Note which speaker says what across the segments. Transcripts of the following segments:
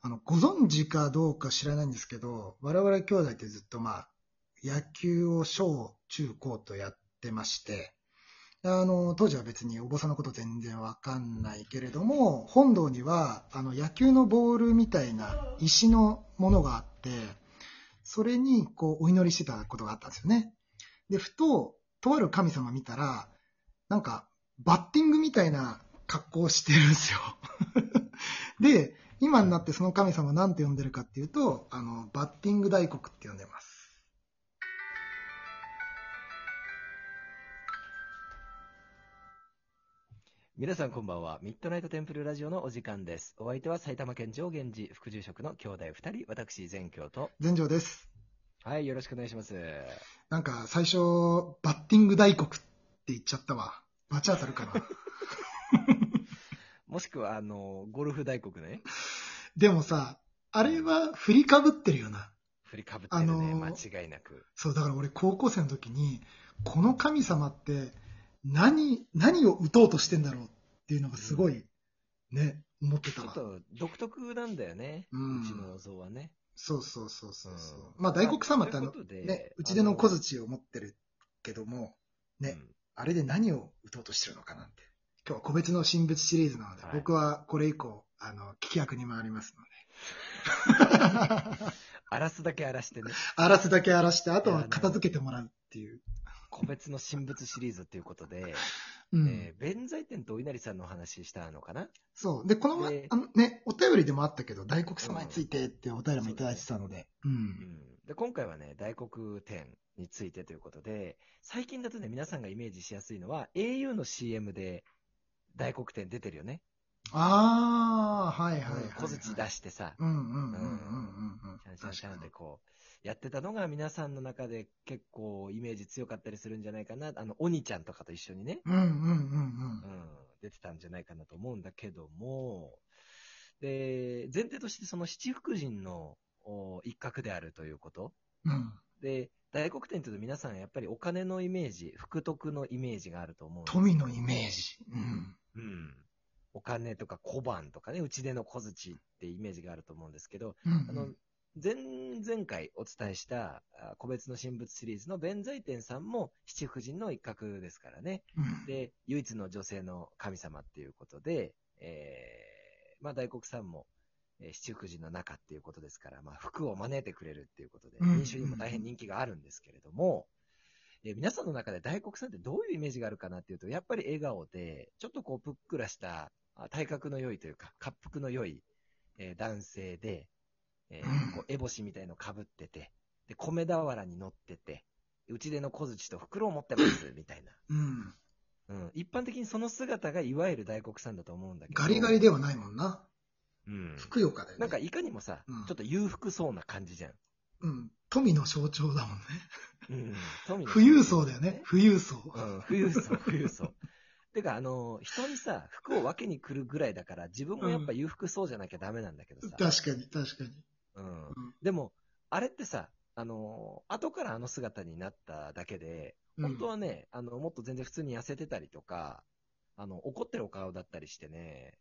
Speaker 1: あの、ご存知かどうか知らないんですけど、我々兄弟ってずっとまあ、野球を小、中、高とやってまして、あの、当時は別にお坊さんのこと全然わかんないけれども、本堂には、あの、野球のボールみたいな石のものがあって、それに、こう、お祈りしてたことがあったんですよね。で、ふと、とある神様見たら、なんか、バッティングみたいな格好をしてるんですよ。 で、今になってその神様なんて呼んでるかっていうと、あの、バッティング大国って呼んでます。
Speaker 2: 皆さんこんばんは。ミッドナイトテンプルラジオのお時間です。お相手は埼玉県上源寺副住職の兄弟二人、私、善教と。
Speaker 1: 全城です。
Speaker 2: はい、よろしくお願いします。
Speaker 1: なんか、最初、バッティング大国って言っちゃったわ。バチ当たるか な。
Speaker 2: もしくは、あの、ゴルフ大国ね。
Speaker 1: でもさ、あれは振りかぶってるよな。
Speaker 2: 振りかぶってるね、
Speaker 1: あのー
Speaker 2: 間違いなく。
Speaker 1: そう、だから俺高校生の時に、この神様って何、何を打とうとしてんだろうっていうのがすごい、ね、思って
Speaker 2: ち
Speaker 1: た
Speaker 2: ょっ
Speaker 1: わ。
Speaker 2: と独特なんだよね。
Speaker 1: うん
Speaker 2: うちのお像はね。
Speaker 1: そうそうそうそうそう、
Speaker 2: うん
Speaker 1: まあ大黒様ってあの
Speaker 2: ということで
Speaker 1: ね、うちでの小槌を持ってるけども、ね
Speaker 2: うん
Speaker 1: あれで何を打とうとしてるのかなんて。今日は個別の神仏シリーズなので、
Speaker 2: はい
Speaker 1: 僕はこれ以降、あの、聞き役に回りますので。
Speaker 2: 荒らすだけ荒らしてね。
Speaker 1: 荒らすだけ荒らして、あとは片付けてもらうっていう。
Speaker 2: 個別の神仏シリーズということで、
Speaker 1: うん。
Speaker 2: えー弁財天とお稲荷さんのお話ししたのかな
Speaker 1: そう。で、この前、
Speaker 2: で
Speaker 1: あのね、お便りでもあったけど、大黒様についてってお便りもいただいてたので。う。
Speaker 2: うんんで今回はね、大黒天についてということで、最近だとね、皆さんがイメージしやすいのは、au の CM で大黒天出てるよね。
Speaker 1: ああ、はいはいはい、はい。
Speaker 2: 小槌出してさ、
Speaker 1: うんうんうんうんうんうん。
Speaker 2: シャンシャンシャンで
Speaker 1: 確か
Speaker 2: こう、やってたのが皆さんの中で結構イメージ強かったりするんじゃないかな。あの、鬼ちゃんとかと一緒にね、
Speaker 1: にうんうんうん
Speaker 2: うん、出てたんじゃないかなと思うんだけども、で、前提としてその七福神のお一角であるということ。
Speaker 1: うん。うん。
Speaker 2: で、大黒天というと皆さんやっぱりお金のイメージ、福徳のイメージがあると思うんですけど
Speaker 1: 富のイメー。ジ。うん。
Speaker 2: うん。お金とか小判とかね、うちでの小槌ってイメージがあると思うんですけど、
Speaker 1: うん
Speaker 2: あ
Speaker 1: う
Speaker 2: の
Speaker 1: ん、
Speaker 2: 前々回お伝えした、あ個別の神仏シリーズの弁財天さんも七福神の一角ですからね。
Speaker 1: うん
Speaker 2: で、唯一の女性の神様っていうことで、えー、まあ大黒さんも、えー七福神の中っていうことですから、まあ服を招いてくれるっていうことで、
Speaker 1: うん
Speaker 2: 民衆にも大変人気があるんですけれども、えー皆さんの中で大黒さんってどういうイメージがあるかなっていうと、やっぱり笑顔で、ちょっとこうぷっくらした、あ体格の良いというか、滑腹の良い、えー男性で、えーこう、烏帽子みたいの被ってて、で、米俵に乗ってて、うちでの小槌と袋を持ってます、みたいな。
Speaker 1: うん。
Speaker 2: うん、一般的にその姿がいわゆる大黒さんだと思うんだけど。
Speaker 1: ガリガリではないもんな。
Speaker 2: うん。
Speaker 1: ふくよかで、ね。
Speaker 2: なんかいかにもさ、
Speaker 1: うん
Speaker 2: ちょっと裕福そうな感じじゃん。
Speaker 1: うん。富の象徴だもんね。
Speaker 2: うん。富の
Speaker 1: 富裕層だよね。富裕層。
Speaker 2: うん、富裕層、富裕層。 てか、あの、人にさ、服を分けに来るぐらいだから、自分もやっぱ裕福そうじゃなきゃダメなんだけどさ。
Speaker 1: 確かに、確かに。
Speaker 2: うん
Speaker 1: うん。
Speaker 2: でも、あれってさ、あの、後からあの姿になっただけで、
Speaker 1: うん
Speaker 2: 本当はね、あの、もっと全然普通に痩せてたりとか、あの、怒ってるお顔だったりしてね、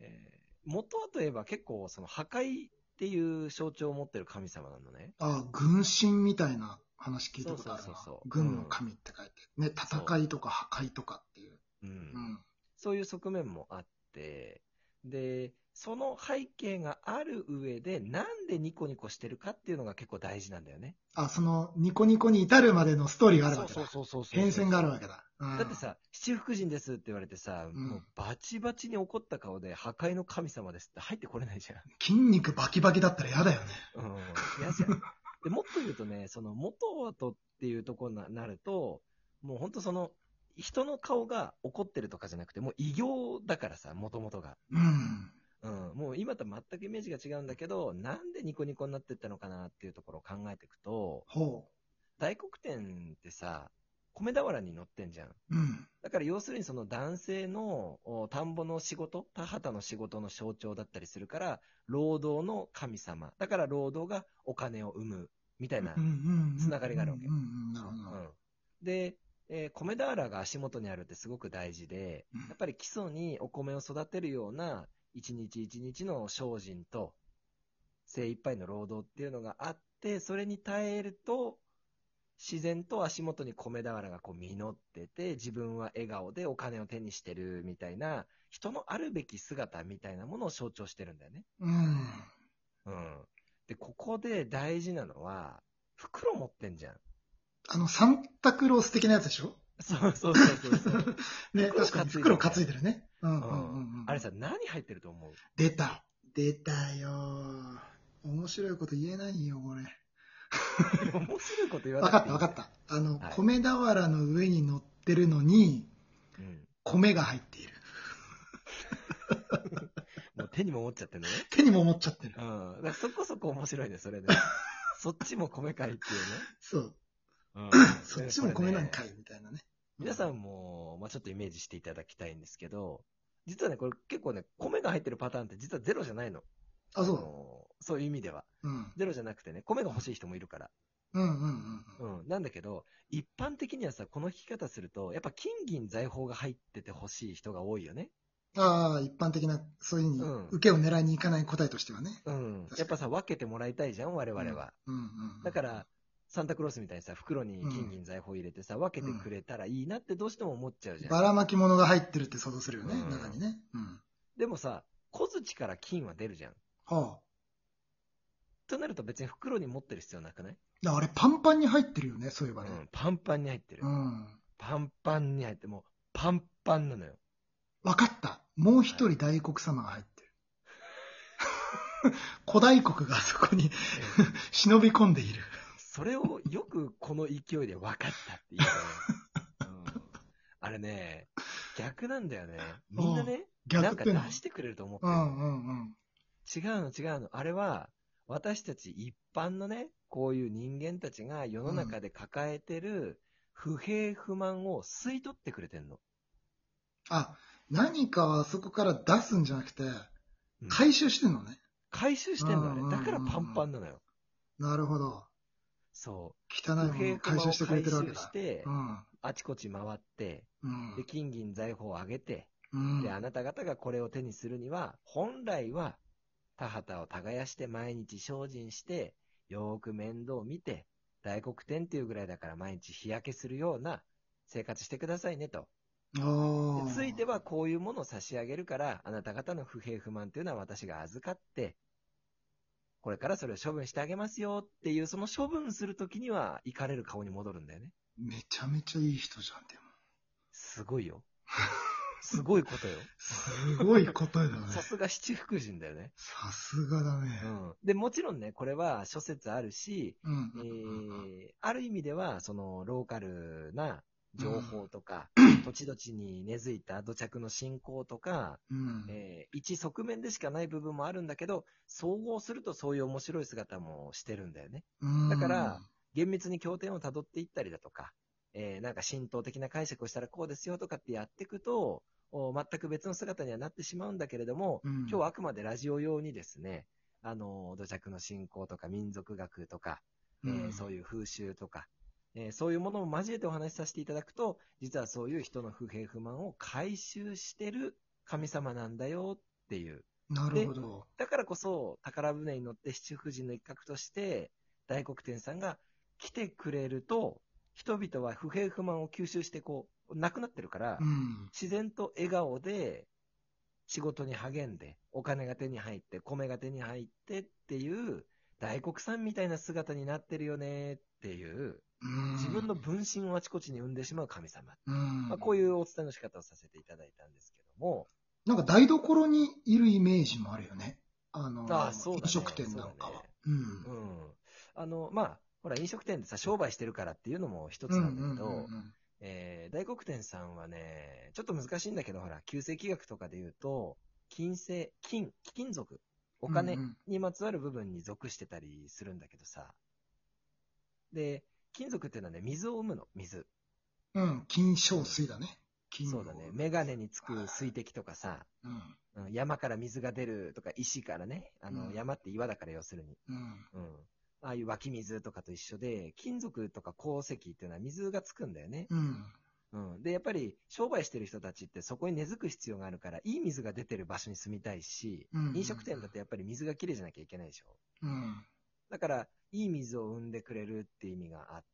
Speaker 2: えー元はといえば結構その破壊っていう象徴を持ってる神様なのね。
Speaker 1: ああ、軍神みたいな話聞いたことある
Speaker 2: そう
Speaker 1: な
Speaker 2: そうそうそう。
Speaker 1: 軍の神って書いて。ね、戦いとか破壊とかっていう。
Speaker 2: うん。
Speaker 1: うん。
Speaker 2: そういう側面もあって、で、その背景がある上で、なんでニコニコしてるかっていうのが結構大事なんだよね。
Speaker 1: あ、その、ニコニコに至るまでのストーリーがあるわけ
Speaker 2: そう
Speaker 1: だ。
Speaker 2: そうそうそうそう。
Speaker 1: 変遷があるわけだ。うん
Speaker 2: だって、さ、七福神ですって言われてさ、
Speaker 1: うん
Speaker 2: もうバチバチに怒った顔で破壊の神様ですって入ってこれないじゃ
Speaker 1: 筋肉バキバキだったら嫌だよね。
Speaker 2: ん。うん。嫌じゃん。で、もっと言うとね、その元はとっていうところになると、もう本当その、人の顔が怒ってるとかじゃなくて、もう異形だからさ、元々が。
Speaker 1: うん。
Speaker 2: うん。もう今と全くイメージが違うんだけど、なんでニコニコになってったのかなっていうところを考えていくと、
Speaker 1: ほ
Speaker 2: 大黒天ってさ、米俵に乗ってんじゃん。
Speaker 1: う。うん。
Speaker 2: だから要するにその男性のお田んぼの仕事、田畑の仕事の象徴だったりするから、労働の神様。だから労働がお金を生む、みたいな。
Speaker 1: うんうんうん
Speaker 2: つながりがあるわけ
Speaker 1: うんうん、なるほど。
Speaker 2: うんで、えー米俵が足元にあるってすごく大事で、
Speaker 1: うん
Speaker 2: やっぱり基礎にお米を育てるような、一日一日の精進と、精一杯の労働っていうのがあって、それに耐えると、自然と足元に米俵がこう実ってて、自分は笑顔でお金を手にしてるみたいな、人のあるべき姿みたいなものを象徴してるんだよね。
Speaker 1: うん。
Speaker 2: うん。で、ここで大事なのは、袋持ってんじゃん。
Speaker 1: あの、サンタクロース的なやつでしょ
Speaker 2: そうそうそうそう そう。
Speaker 1: ね、
Speaker 2: 袋
Speaker 1: 確かに
Speaker 2: 担いでる
Speaker 1: 袋担いでるね。うんうんうんうん。
Speaker 2: あれさ、何入ってると思う
Speaker 1: 出た。出たよー。面白いこと言えないよ、これ。
Speaker 2: 面白いこと言わ
Speaker 1: わ
Speaker 2: なく
Speaker 1: かってた
Speaker 2: いい
Speaker 1: わかった。あの、
Speaker 2: はい
Speaker 1: 米俵の上に乗ってるのに、
Speaker 2: うん
Speaker 1: 米が入っている。
Speaker 2: もう手にも持っちゃってね。
Speaker 1: 手にも持っちゃってる
Speaker 2: う。ん。だからそこそこ面白いね、それね。そっちも米かいってい
Speaker 1: そう。
Speaker 2: うね。
Speaker 1: そっちも米なんか
Speaker 2: い。
Speaker 1: い、みたいなね。
Speaker 2: 皆さんも、まあちょっとイメージしていただきたいんですけど、実はね、これ結構ね、米が入ってるパターンって実はゼロじゃないの。
Speaker 1: あ、
Speaker 2: あ
Speaker 1: そ
Speaker 2: のそういう意味では。
Speaker 1: う。うん。
Speaker 2: ゼロじゃなくてね、米が欲しい人もいるから。
Speaker 1: うんうんうんうん。
Speaker 2: うん。なんだけど、一般的にはさ、この引き方すると、やっぱ金銀財宝が入ってて欲しい人が多いよね。
Speaker 1: ああ、一般的な、そういうふ
Speaker 2: う
Speaker 1: うんに、受けを狙いに行かない答えとしてはね。
Speaker 2: うん。やっぱさ、分けてもらいたいじゃん、我々は。
Speaker 1: うんうんうん。
Speaker 2: だから、、サンタクロースみたいにさ、袋に
Speaker 1: うん
Speaker 2: 金銀財宝入れてさ、分けてくれたらいいなってどうしても思っちゃうじゃ
Speaker 1: ば
Speaker 2: ん。
Speaker 1: らまき物が入ってるって想像するよね
Speaker 2: う、ん
Speaker 1: 中にね。うん。
Speaker 2: でもさ、小槌から金は出るじゃん。
Speaker 1: はあ。
Speaker 2: となると別に袋に持ってる必要なくない、
Speaker 1: だからあれ、パンパンに入ってるよね、そういえ
Speaker 2: う
Speaker 1: ばね。
Speaker 2: ん、パンパンに入ってる
Speaker 1: う。ん。
Speaker 2: パンパンに入って、もうパンパンな のよ。
Speaker 1: わかった。もう一人大黒様が入ってる。 古代国があそこに 忍び込んでいる。
Speaker 2: それをよくこの勢いで分かったって言 うね、うん。あれね、逆なんだよね。みんなね、なん
Speaker 1: 逆
Speaker 2: か
Speaker 1: って
Speaker 2: 出
Speaker 1: のは
Speaker 2: してくれると思って
Speaker 1: う
Speaker 2: る
Speaker 1: んうんうん。
Speaker 2: 違うの違うの。あれは、私たち一般のね、こういう人間たちが世の中で抱えてる不平不満を吸い取ってくれてんの。
Speaker 1: あ、何かはあそこから出すんじゃなくて、
Speaker 2: うん
Speaker 1: 回収してんのね。
Speaker 2: 回収してんのあ
Speaker 1: う
Speaker 2: れ
Speaker 1: んうんうんう。ん
Speaker 2: だからパンパンなのよ。
Speaker 1: なるほど。
Speaker 2: そ。
Speaker 1: 汚いうもの
Speaker 2: 不
Speaker 1: を
Speaker 2: 平不満
Speaker 1: 回
Speaker 2: を
Speaker 1: 収してくれ
Speaker 2: 回
Speaker 1: てるわけ
Speaker 2: 収
Speaker 1: だ
Speaker 2: し。て
Speaker 1: う、ん。
Speaker 2: あちこち回って、
Speaker 1: うん
Speaker 2: で、金銀財宝を上げて、
Speaker 1: うん
Speaker 2: で、あなた方がこれを手にするには、本来は田畑を耕して毎日精進して、よーく面倒を見て、大黒天っていうぐらいだから毎日日焼けするような生活してくださいねと。
Speaker 1: あ
Speaker 2: で
Speaker 1: ー
Speaker 2: ついてはこういうものを差し上げるから、あなた方の不平不満っていうのは私が預かって、これからそれを処分してあげますよっていう、その処分するときには、行かれる顔に戻るんだよね。
Speaker 1: めちゃめちゃいい人じゃん、でも。
Speaker 2: すご いよ。すごいことよ。
Speaker 1: すごい答え だね。
Speaker 2: さすが七福神だよね。
Speaker 1: さすがだね。
Speaker 2: で、もちろんね、これは諸説あるし、
Speaker 1: うんうん
Speaker 2: え
Speaker 1: うんうん
Speaker 2: ーある意味では、その、ローカルな情報とか、土地土地に根付いた土着の信仰とか、
Speaker 1: うん
Speaker 2: えー一側面でしかない部分もあるんだけど、総合するとそういう面白い姿もしてるんだよね。
Speaker 1: うん
Speaker 2: だから、厳密に経典を辿っていったりだとか、えーなんか神道的な解釈をしたらこうですよとかってやっていくと、お全く別の姿にはなってしまうんだけれども、
Speaker 1: うん
Speaker 2: 今日はあくまでラジオ用にですね、あの、土着の信仰とか民族学とか、えーそう
Speaker 1: い
Speaker 2: いう風習とか、えーそういうものを交えてお話しさせていただくと、実はそういう人の不平不満を回収してる神様なんだよっていう。
Speaker 1: うん。なるほど。
Speaker 2: だからこそ、宝船に乗って七福神の一角として、大黒天さんが来てくれると、人々は不平不満を吸収してこう、なくなってるから、
Speaker 1: うん。
Speaker 2: 自然と笑顔で仕事に励んで、お金が手に入って、米が手に入ってっていう、大黒さんみたいな姿になってるよねっていう、
Speaker 1: うん
Speaker 2: 自分の分身をあちこちに生んでしまう神様。
Speaker 1: うん
Speaker 2: まあ、こういうお伝えの仕方をさせていただいたんですけども、
Speaker 1: なんか台所にいるイメージもあるよね。あの、
Speaker 2: あそうだね
Speaker 1: 飲食店なんかは。うん
Speaker 2: う。ん。あの、まあ、ほら、飲食店でさ、商売してるからっていうのも一つ
Speaker 1: うん
Speaker 2: なんだけど、
Speaker 1: うんうん
Speaker 2: えー大黒天さんはね、ちょっと難しいんだけど、ほら、旧世紀学とかで言うと、金星、金、貴金属、お金
Speaker 1: うんうん
Speaker 2: にまつわる部分に属してたりするんだけどさ。で、金属っていうのはね、水を生むの、水。
Speaker 1: うん。金賞水だね。金
Speaker 2: そうだね。メガネにつく水滴とかさ、
Speaker 1: うん。
Speaker 2: うん山から水が出るとか、石からね、あの、
Speaker 1: うん
Speaker 2: 山って岩だから要するに。
Speaker 1: うん。
Speaker 2: うん。ああいう湧き水とかと一緒で、金属とか鉱石っていうのは水がつくんだよね。
Speaker 1: うん。
Speaker 2: うん。で、やっぱり商売してる人たちってそこに根付く必要があるから、いい水が出てる場所に住みたいし、
Speaker 1: うん
Speaker 2: 飲食店だってやっぱり水がきれいじゃなきゃいけないでしょ。
Speaker 1: うん。
Speaker 2: だから、いい水を生んでくれるって意味があって、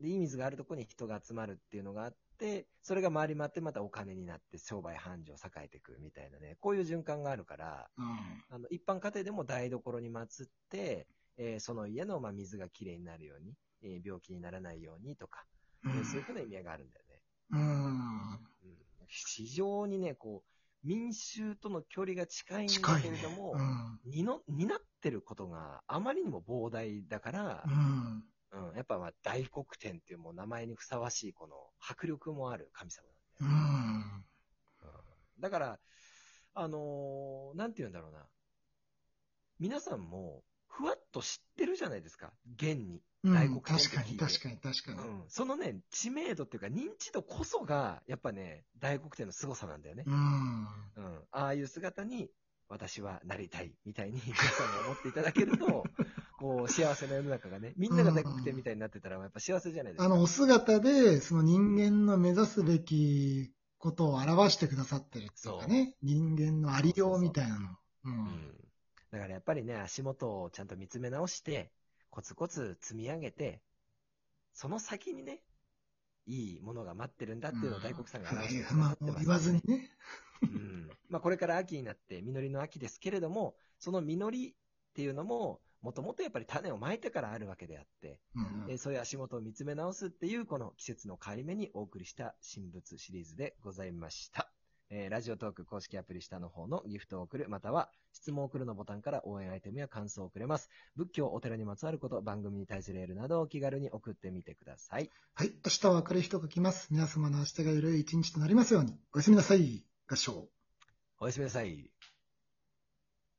Speaker 2: で、いい水があるとこに人が集まるっていうのがあって、それが回り回ってまたお金になって商売繁盛栄えていくみたいなね、こういう循環があるから、
Speaker 1: うん。
Speaker 2: あの、一般家庭でも台所に祀って、えーその家の、まあ、水がきれいになるように、えー病気にならないようにとか、えーそういうふうな意味合いがあるんだよね。
Speaker 1: うん。
Speaker 2: うん、非常にね、こう、民衆との距離が近いんだ
Speaker 1: 近い
Speaker 2: けれ
Speaker 1: ね
Speaker 2: ど。も、
Speaker 1: うん。
Speaker 2: にの担ってることがあまりにも膨大だから
Speaker 1: う、ん。
Speaker 2: うんやっぱまあ大黒天っていうもう名前にふさわしいこの迫力もある神様
Speaker 1: う
Speaker 2: なんだよね
Speaker 1: ん。
Speaker 2: だから、あのーなんて言うんだろうな。皆さんも、ふわっと知ってるじゃないですか。現に。
Speaker 1: うん
Speaker 2: 外国語って
Speaker 1: 確か
Speaker 2: 聞い
Speaker 1: に、
Speaker 2: て
Speaker 1: 確かに、確か
Speaker 2: う
Speaker 1: に。
Speaker 2: ん。そのね、知名度っていうか認知度こそが、やっぱね、大黒天の凄さなんだよね
Speaker 1: う。ん。
Speaker 2: うん。ああいう姿に、私はなりたい、みたいに皆さんが思っていただけると、こう、幸せな世の中がね、みんなが大黒天みたいになってたら、やっぱ幸せじゃないです
Speaker 1: あ
Speaker 2: か。
Speaker 1: の、お姿で、その人間の目指すべきことを表してくださってるっていうかね。人間のありようみたいなの。う。
Speaker 2: うんんだからやっぱりね、足元をちゃんと見つめ直して、コツコツ積み上げて、その先にね、いいものが待ってるんだっていうのを大黒さんが表して
Speaker 1: 不満
Speaker 2: く
Speaker 1: を
Speaker 2: ださって
Speaker 1: 言
Speaker 2: ま
Speaker 1: わ
Speaker 2: す
Speaker 1: ず
Speaker 2: ね
Speaker 1: にね。
Speaker 2: うんまあ、これから秋になって、実りの秋ですけれども、その実りっていうのも、もともとやっぱり種をまいてからあるわけであって、
Speaker 1: うん
Speaker 2: えーそういう足元を見つめ直すっていう、この季節の変わり目にお送りした新物シリーズでございました。えーラジオトーク公式アプリ下の方のギフトを送る、または質問を送るのボタンから応援アイテムや感想をくれます。仏教、お寺にまつわること、番組に対するエールなどをお気軽に送ってみてください。
Speaker 1: はい。明日は明るい日と書きます。皆様の明日がゆるい一日となりますように。おやすみなさい。合唱。
Speaker 2: おやすみなさい。